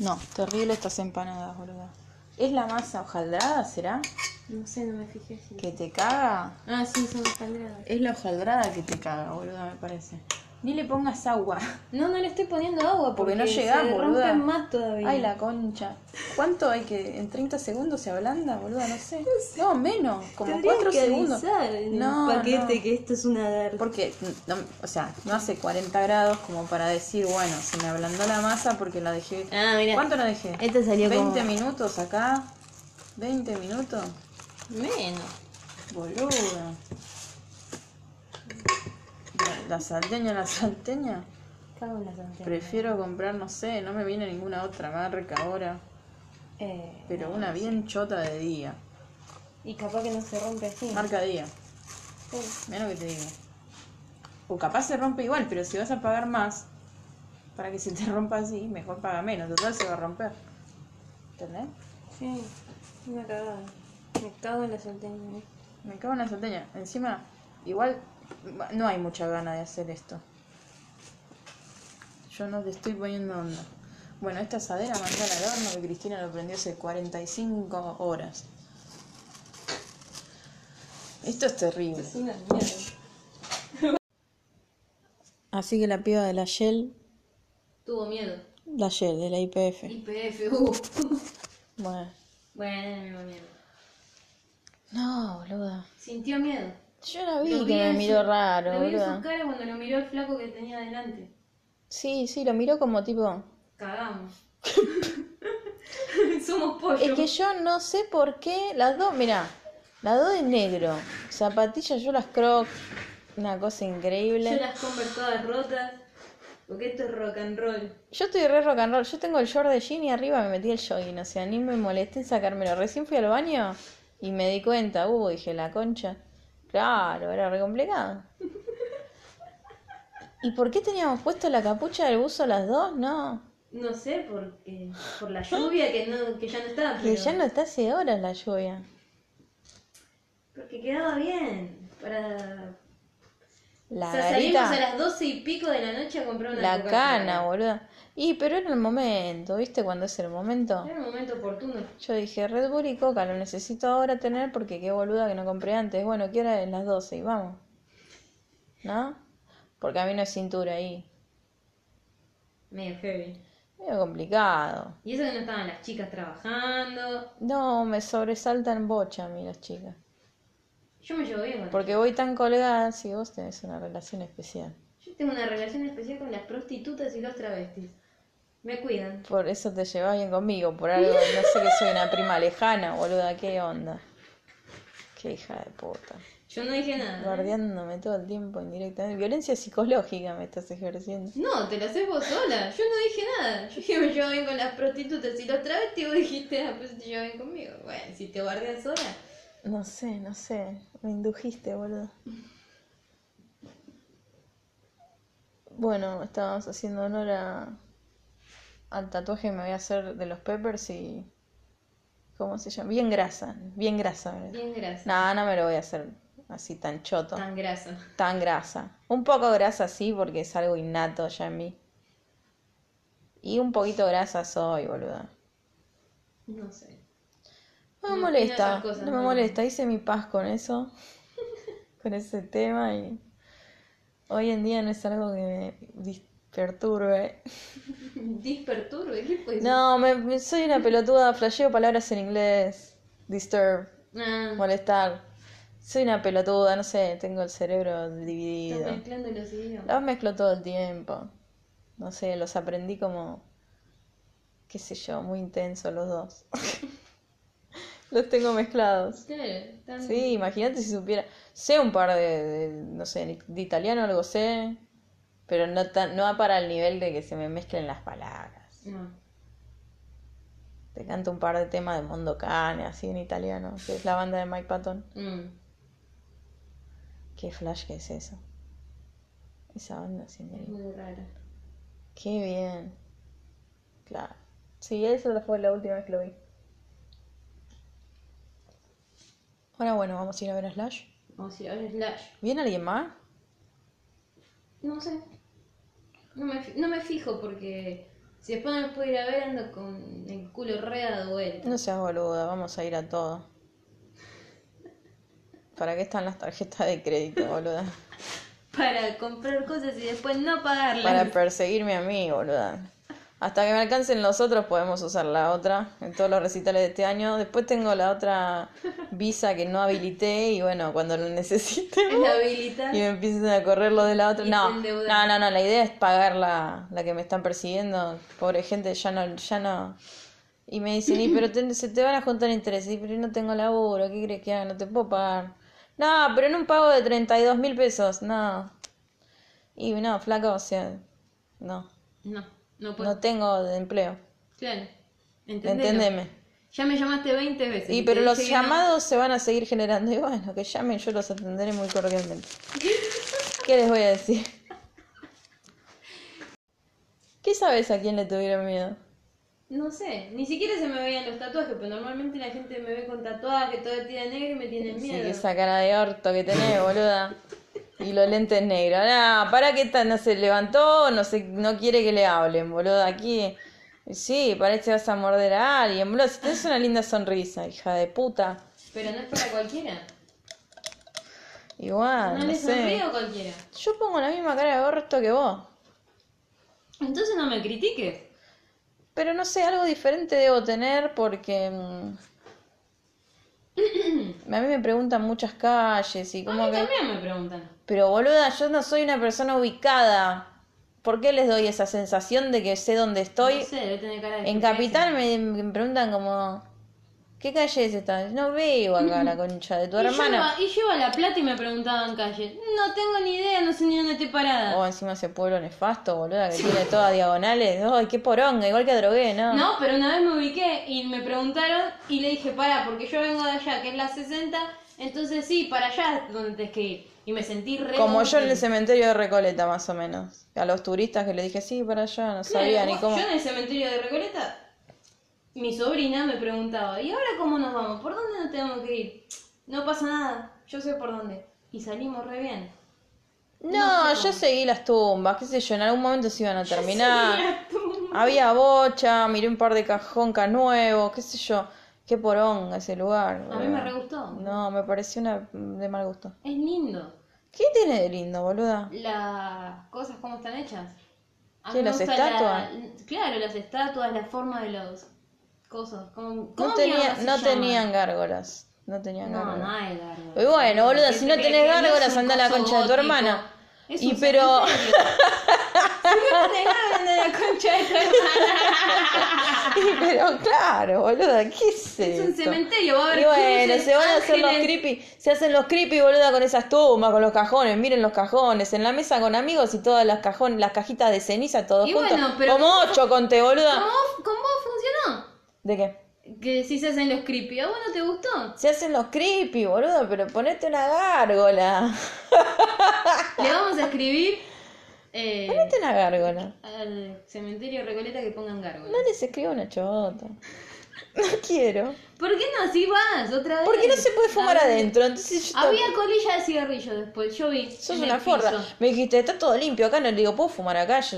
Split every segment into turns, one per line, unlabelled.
No, terrible estas empanadas, boludo. ¿Es la masa hojaldrada, será?
No sé, no me fijé si.
¿Que te caga?
Ah, sí, son hojaldradas.
Es la hojaldrada que te caga, boluda, me parece. Ni le pongas agua.
No, no le estoy poniendo agua
Porque
porque,
no llegamos,
se
boluda.
rompen más todavía.
Ay, la concha. ¿Cuánto hay que.? ¿En 30 segundos se ablanda, boluda? No sé. No, menos. Como
Tendrías
4
que
segundos.
avisar en el
No,
paquete
no.
que esto es una garra.
Porque, no, o sea, no hace 40 grados como para decir, bueno, se me ablandó la masa porque la dejé.
Ah, mira.
¿Cuánto la dejé?
Este salió
20
como-
minutos acá. 20 minutos.
Menos.
Boluda. La- La salteña, la salteña.
Cago en la santidad.
Prefiero comprar, no sé, no me viene ninguna otra marca ahora.
Eh,
Pero una bien chota de día.
y capaz que no se rompe así.
Marca día.
Sí.
Mira lo que te digo. O capaz se rompe igual, pero si vas a pagar más, para que se te rompa así, mejor paga menos. Total se va a romper. ¿Entendés?
Sí, una cagada. Me cago en la salteña.
Me cago en la salteña. Encima, igual ma- no hay mucha gana de hacer esto. Yo no te estoy poniendo onda. Bueno, esta asadera mandala al horno que Cristina lo prendió hace 45 horas. Esto es terrible.
una mierda.
Así que la piba de la Shell,
Tuvo miedo.
la Shell, de la IPF.
IPF, uh.
Bueno.
bueno, era la misma mierda.
No, boluda.
Sintió miedo.
Yo la
Lo
vi
vi
que me
en
miró
su-
raro,
Lo vi en su
boluda.
cara cuando lo miró el flaco que tenía delante.
Sí, sí, lo miró como tipo.
Cagamos. Somos pollo.
Es que yo no sé por qué. Las dos, mirá, las dos de negro. Zapatillas, yo las croc. Una cosa
Yo
increíble.
las compro todas rotas. Porque esto es rock and roll.
Yo estoy re rock and roll. Yo tengo el short de jean y arriba me metí el jogging. O sea, ni me molesté en sacármelo. Recién fui al baño y me di cuenta. Uh, dije, la concha. Claro, era re complicado. ¿Y por qué teníamos puesto la capucha del buzo las dos? No.
No sé por qué. Por la lluvia que, no, que ya no estaba.
Que
pero-
ya no está hace horas la lluvia.
Porque quedaba bien. Para.
La
o sea,
garita,
salimos a las doce y pico de la noche a comprar una
la
Coca-Cola.
cana, boluda. Y pero era el momento, ¿viste? Cuando es el momento.
Era un momento oportuno.
Yo dije, Red Bull y Coca, lo necesito ahora tener porque qué boluda que no compré antes. Bueno, ¿qué hora es las 12? Y vamos. ¿No? Porque a mí no es cintura ahí.
Medio heavy.
Medio complicado.
Y eso que no estaban las chicas trabajando.
No, me sobresaltan bocha a mí las chicas.
Yo me llevo bien con
Porque voy tan colgada si vos tenés una relación especial.
Yo tengo una relación especial con las prostitutas y los travestis. Me cuidan.
Por eso te llevas bien conmigo, por algo, no sé que soy una prima lejana, boluda, qué onda. Qué hija de puta.
Yo no dije nada. ¿eh?
Guardiándome todo el tiempo indirectamente. Violencia psicológica me estás ejerciendo.
No, te lo haces vos sola. Yo no dije nada. Yo dije me llevo bien con las prostitutas y los travestis. Vos dijiste, ah, pues te llevo bien conmigo. Bueno, si te guardias sola.
No sé, no sé. Me indujiste, boludo. Bueno, estábamos haciendo honor a... al tatuaje que me voy a hacer de los peppers y. ¿Cómo se llama? Bien grasa. Bien grasa. me-
Bien grasa.
No, no me lo voy a hacer así tan choto.
Tan grasa.
tan grasa. Un poco grasa sí, porque es algo innato ya en mí. Y un poquito grasa soy, boluda.
No sé.
No me
No, no
molesta,
esas cosas,
no me
no.
molesta. Hice mi paz con eso, con ese tema y hoy en día no es algo que me dis- perturbe.
Disperturbe, ¿qué fue eso?
No, me, me- soy una pelotuda, flasheo palabras en inglés. Disturb,
Ah,
molestar. Soy una pelotuda, no sé, tengo el cerebro dividido.
estás mezclando los idiomas.
Los mezclo todo el tiempo. No sé, los aprendí como, qué sé yo, muy intenso los dos. los tengo mezclados.
Claro, están-
Sí, imagínate si supiera. Sé un par de, de, no sé, de italiano algo sé, pero no tan, no va para el nivel de que se me mezclen las palabras.
No.
Te canto un par de temas de Mondo Cane, así en italiano, que es la banda de Mike Patton.
Mm.
Qué flash que es eso. Esa banda es
Es
increíble.
muy rara.
Qué bien. Claro. Sí, esa fue la última vez que lo vi. Ahora bueno, vamos a ir a ver a Slash.
Vamos a ir a ver Slash.
¿Viene alguien más?
No sé. No me, fi- no me fijo porque Si después no los puedo ir a ver, ando con el culo re dado vuelta.
No seas boluda, vamos a ir a todo. ¿Para qué están las tarjetas de crédito, boluda?
Para comprar cosas y después no pagarlas.
Para perseguirme a mí, boluda. Hasta que me alcancen los otros podemos usar la otra en todos los recitales de este año. Después tengo la otra visa que no habilité y bueno, cuando lo necesite
La habilita.
y me empiecen a correr lo de la otra.
Y
No,
te endeudas.
no, no, no, la idea es pagar la, la que me están persiguiendo. Pobre gente, ya no, ya no. Y me dicen, y pero te- se te van a juntar intereses, y pero no tengo laburo, ¿qué crees que haga? No te puedo pagar. No, pero en un pago de 32 mil pesos, no. Y no, flaco, o sea, no.
No, no puedo.
No tengo de empleo.
Claro. Entendelo.
Entendeme.
Ya me llamaste 20 veces.
Y
y
pero
te
los
dije que no.
llamados se van a seguir generando. Y bueno, que llamen, yo los atenderé muy cordialmente. ¿Qué les voy a decir? ¿Qué sabes a quién le tuvieron miedo?
No sé, ni siquiera se me veían los tatuajes, pero normalmente la gente me ve con tatuajes, todo tira negro y me tienen
Sí,
miedo.
que esa cara de orto que tenés, boluda. Y los lentes negros. Nah, para que esta no se levantó, no se, no quiere que le hablen, boluda. Aquí. Sí, parece que vas a morder a alguien, boluda. Si tenés una linda sonrisa, hija de puta.
Pero no es para cualquiera.
Igual, Ah,
no
no,
le
sé.
sonrío a cualquiera.
Yo pongo la misma cara de orto que vos.
Entonces no me critiques.
Pero no sé, algo diferente debo tener porque mm, a mí me preguntan muchas calles y
A
como
mí
que...
también me preguntan.
Pero boluda, yo no soy una persona ubicada. ¿Por qué les doy esa sensación de que sé dónde estoy?
No sé, debe tener cara de
en Capital me, me preguntan como... ¿Qué calle es esta? No veo acá la concha de tu
y
hermana.
Yo iba, y yo iba a La Plata y me preguntaban calle. No tengo ni idea, no sé ni dónde estoy parada.
O encima ese pueblo nefasto, boluda, que tiene todas diagonales. ¡Ay, qué poronga! Igual que drogué, ¿no?
No, pero una vez me ubiqué y me preguntaron y le dije, para, porque yo vengo de allá, que es la 60, entonces sí, para allá es donde tenés que ir. Y me sentí re...
Como yo en
útil.
el cementerio de Recoleta, más o menos. A los turistas que le dije, sí, para allá, no
Claro,
sabían ni
vos-
cómo.
Yo en el cementerio de Recoleta, mi sobrina me preguntaba, ¿y ahora cómo nos vamos? ¿Por dónde nos tenemos que ir? No pasa nada, yo sé por dónde. Y salimos re bien.
No,
no sé
yo seguí las tumbas, qué sé yo, en algún momento se iban a terminar.
Mira tú.
Había bocha, miré un par de cajoncas nuevos, qué sé yo. Qué poronga ese lugar.
A mí me re gustó.
No, me pareció una de mal gusto.
Es lindo.
¿Qué tiene de lindo, boluda?
Las cosas como están hechas. A
¿Qué,
mí me
las
gusta la-
estatuas?
Claro, las estatuas, la forma de los cosas. ¿Cómo,
No,
cómo
tenía,
mierda se
no
llama?
tenían gárgolas. No tenían
No,
gárgolas.
no hay
Y
gárgolas.
bueno, boluda,
¿Qué
si
te
no
crees
tenés
que no es
gárgolas,
un
anda a la
coso
concha de tu
gótico?
hermana.
Es
Y
un
pero-
cementerio. No te hablan de la concha de tu hermana.
Pero claro, boluda, ¿qué es
Es un
esto?
cementerio, va a haber
Y bueno,
cruces,
se van a hacer los
ángeles.
creepy, se hacen los creepy, boluda, con esas tumbas, con los cajones, miren los cajones, en la mesa con amigos y todas las cajones, las cajitas de ceniza, todos
Y
juntos.
bueno, pero-
Como ocho conté,
¿Con
boluda.
vos, con vos funcionó?
¿De qué?
Que si se hacen los creepy. ¿A vos no te gustó?
Se hacen los creepy, boludo, pero ponete una gárgola.
Le vamos a escribir eh,
Ponete una gárgola.
al cementerio Recoleta que pongan gárgolas.
No les escribo una chota. No quiero.
¿Por qué no? Si vas otra vez.
Porque no se puede fumar
A ver.
adentro, entonces yo
Había colilla de cigarrillo después, yo vi.
Sos
en
una
el
forra.
piso.
Me dijiste, está todo limpio acá. No le digo, ¿puedo fumar acá? Yo,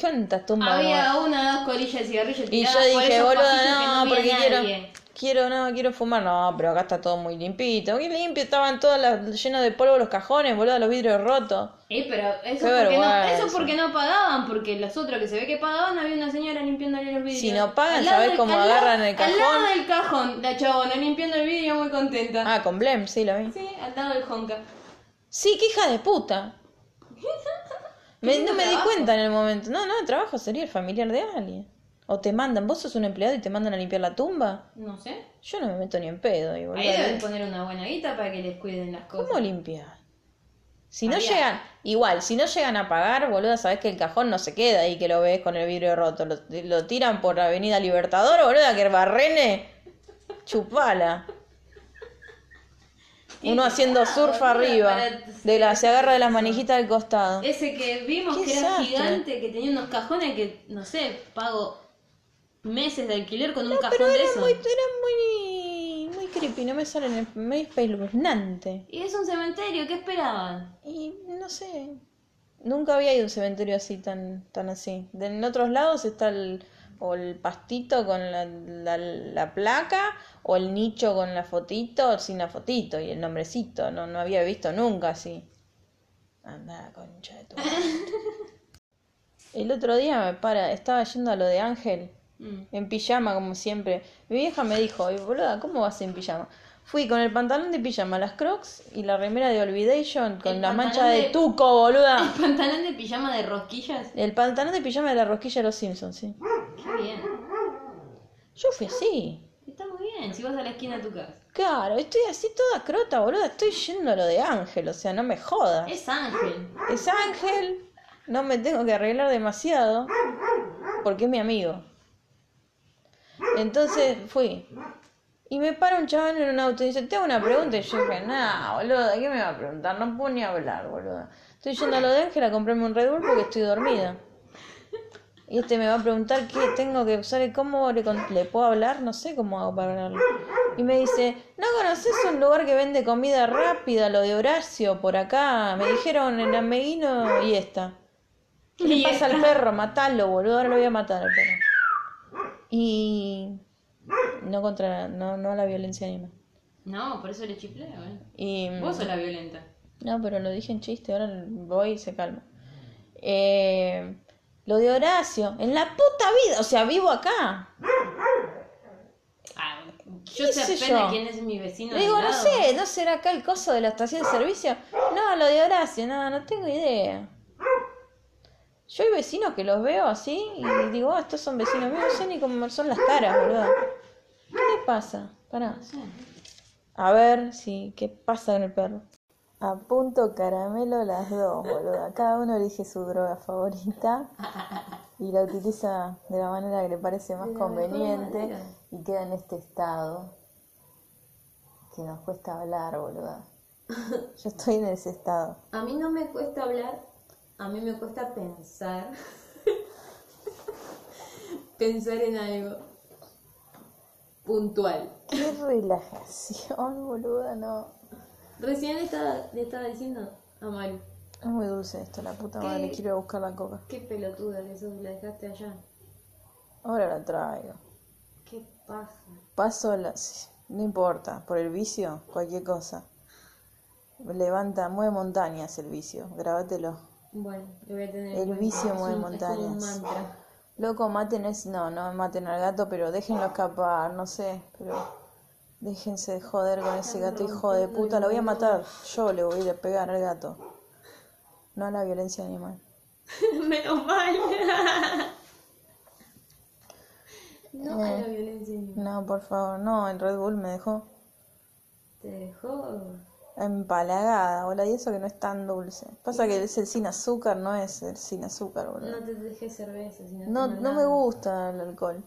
¿qué onda tumba?
Había una o dos colillas de cigarrillo
Y
tiradas
yo
por
dije,
esos pasillos
boluda,
que
no,
no
porque
había
quiero.
nadie.
Quiero, no, quiero fumar. No, pero acá está todo muy limpito. Qué limpio, estaban todas las, llenos de polvo los cajones, boludo, los vidrios rotos.
Eh, pero eso
Qué
porque, no,
vergüenza.
eso porque no pagaban, porque los otros que se ve que pagaban había una señora limpiándole los vidrios.
Si no pagan,
Al lado
¿sabés
del-
cómo
al lado-
agarran el
Al lado
cajón?
del cajón, la chabona limpiando el vidrio muy contenta.
Ah, con Blem, sí, la vi.
Sí, al lado del honka.
Sí, qué hija de puta. Me-
lindo
no me di
trabajo.
cuenta en el momento. No, no, trabajo sería el familiar de alguien. O te mandan, vos sos un empleado y te mandan a limpiar la tumba.
No sé.
Yo no me meto ni en pedo, y, boludo.
Ahí deben poner una buena guita para que les cuiden las cosas.
¿Cómo limpiar? Si no
Había-
llegan, igual, si no llegan a pagar, boluda, sabés que el cajón no se queda ahí que lo ves con el vidrio roto. Lo, lo tiran por la Avenida Libertador, boluda, que barrene. Chupala.
Sí,
Uno haciendo
ah,
surf
boluda,
arriba.
para-
De la, se agarra de las manijitas del costado.
Ese que vimos
Qué
que era
desastre.
gigante, que tenía unos cajones que, no sé, pago meses de alquiler con un
No,
cajón
pero
de
era
eso.
muy, era muy, muy creepy, no me salen, medio espeluznante.
Y es un cementerio, ¿qué esperaban?
Y no sé. Nunca había ido a un cementerio así, tan, tan así. De- en otros lados está el, o el pastito con la, la- la placa, o el nicho con la fotito, sin la fotito y el nombrecito. No, no había visto nunca así. Anda, concha de tu madre. El otro día me para, estaba yendo a lo de Ángel,
Mm.
en pijama como siempre. Mi vieja me dijo, "Ay, boluda, ¿cómo vas en pijama? Fui con el pantalón de pijama, las crocs y la remera de Olvidation con
El
la mancha
pantalón
de
de-
tuco, boluda.
Pantalón de pijama de rosquillas.
El pantalón de pijama de la rosquilla de los Simpsons, sí.
Qué bien.
Yo fui así.
Está muy bien. Si vas a la esquina de tu casa.
Claro, estoy así toda crota, boluda. Estoy yendo a lo de Ángel, o sea, no me jodas.
Es Ángel.
Es Ángel, no me tengo que arreglar demasiado, porque es mi amigo. Entonces fui. Y me para un chabón en un auto y dice, te hago una pregunta. Y yo dije, nah, boluda, ¿qué me va a preguntar? No puedo ni hablar, boluda. Estoy yendo a lo de Ángel a comprarme un Red Bull porque estoy dormida. Y este me va a preguntar qué tengo que usar y cómo le, con- le puedo hablar, no sé cómo hago para hablarle. Y me dice, ¿no conoces un lugar que vende comida rápida, lo de Horacio, por acá? Me dijeron en Ameguino y esta. ¿Qué le
Y
pasa al
esta.
perro? Matalo, boludo, ahora lo voy a matar al perro. Y no contra, no, no a la violencia animal.
No, por eso le chifleo, eh.
Y
Vos sos la violenta.
no, pero lo dije en chiste, ahora voy y se calma. Eh, lo de Horacio, en la puta vida, o sea, vivo acá.
Ah, yo
¿Qué
sé
sé
apenas
yo?
quién es mi vecino.
Le
de
digo,
al
no
lado.
sé, ¿no será acá el coso de la estación de servicio? No, lo de Horacio, no, no tengo idea. Yo hay vecinos que los veo así y digo, ah, estos son vecinos míos, no sé ni cómo son las caras, boludo. ¿Qué le pasa? Pará.
No sé.
A ver si, ¿qué pasa con el perro? A punto caramelo las dos, boluda. Cada uno elige su droga favorita y la utiliza de la manera que le parece más
De la mejor
conveniente
manera.
y queda en este estado que nos cuesta hablar, boluda. Yo estoy en ese estado.
A mí no me cuesta hablar, a mí me cuesta pensar. pensar en algo puntual.
Qué relajación, boluda, no.
Recién le estaba, le estaba diciendo a Maru,
Es muy dulce esto, la puta madre.
¿Qué?
Quiero ir a buscar la coca.
qué pelotuda que sos, la dejaste allá.
Ahora la traigo.
Qué paja.
Paso las. No importa, por el vicio, cualquier cosa. Levanta, mueve montañas el vicio, grabátelo.
Bueno, lo voy a tener. en
El
cuenta.
vicio
Es
mueve
un- es como un
montañas.
mantra.
Loco, maten es. No, no maten al gato, pero déjenlo escapar, no sé. Pero déjense de joder con ese gato, hijo de puta. Lo voy a matar. Yo le voy a ir a pegar al gato. No a la violencia animal.
Menos mal. no a la violencia.
No, por favor, no. El Red Bull me dejó
Te dejó.
empalagada, boludo. Y eso que no es tan dulce. Pasa que es el sin azúcar, no es el sin azúcar, boludo.
No te dejé cerveza, sino
No,
tomar
no me
nada.
gusta el alcohol.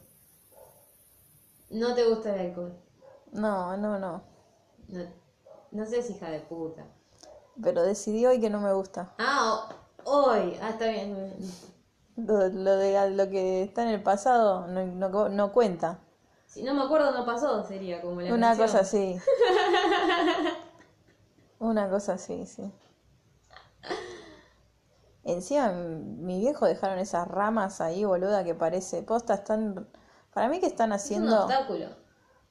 No te gusta el alcohol.
No, no, no.
No, no seas hija de puta.
Pero decidí hoy que no me gusta.
Ah, o- hoy. Ah, está bien.
Lo, lo de lo que está en el pasado no, no, co- no cuenta.
Si no me acuerdo, no pasó, sería como la
Una
canción.
cosa así. Una cosa así, sí. Encima, m- mi viejo dejaron esas ramas ahí, boluda, que parece. Posta, están. Para mí que están
Es un
haciendo.
obstáculo.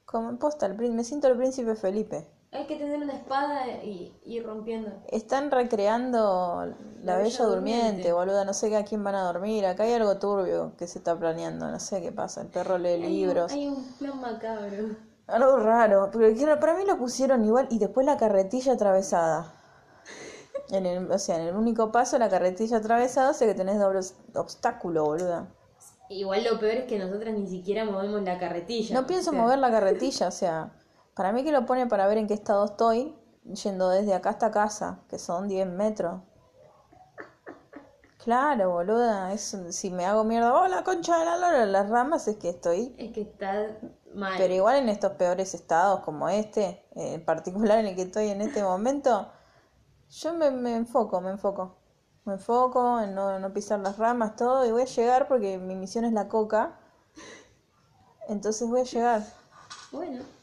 Como posta, el, prín- me siento el príncipe Felipe.
Hay que tener una espada y ir rompiendo.
Están recreando la
La
Bella
Bella
Durmiente,
Durmiente.
boluda. No sé a quién van a dormir. Acá hay algo turbio que se está planeando. No sé qué pasa. El perro lee libros.
Hay un plan macabro.
Algo raro. Pero quiero- para mí lo pusieron igual. Y después la carretilla atravesada. En el, o sea, en el único paso, la carretilla atravesada, o sea que tenés doble os- obstáculo, boluda.
Igual lo peor es que nosotras ni siquiera movemos la carretilla.
No pienso
O sea,
mover la carretilla, o sea, para mí que lo pone para ver en qué estado estoy, yendo desde acá hasta casa, que son 10 metros. Claro, boluda, es, un- si me hago mierda, oh, la concha de la lora, las ramas es que estoy.
Es que está mal.
Pero igual en estos peores estados como este, eh, en particular en el que estoy en este momento, yo me, me enfoco, me enfoco. Me enfoco en no, no pisar las ramas, todo, y voy a llegar porque mi misión es la coca. Entonces voy a llegar.
Bueno,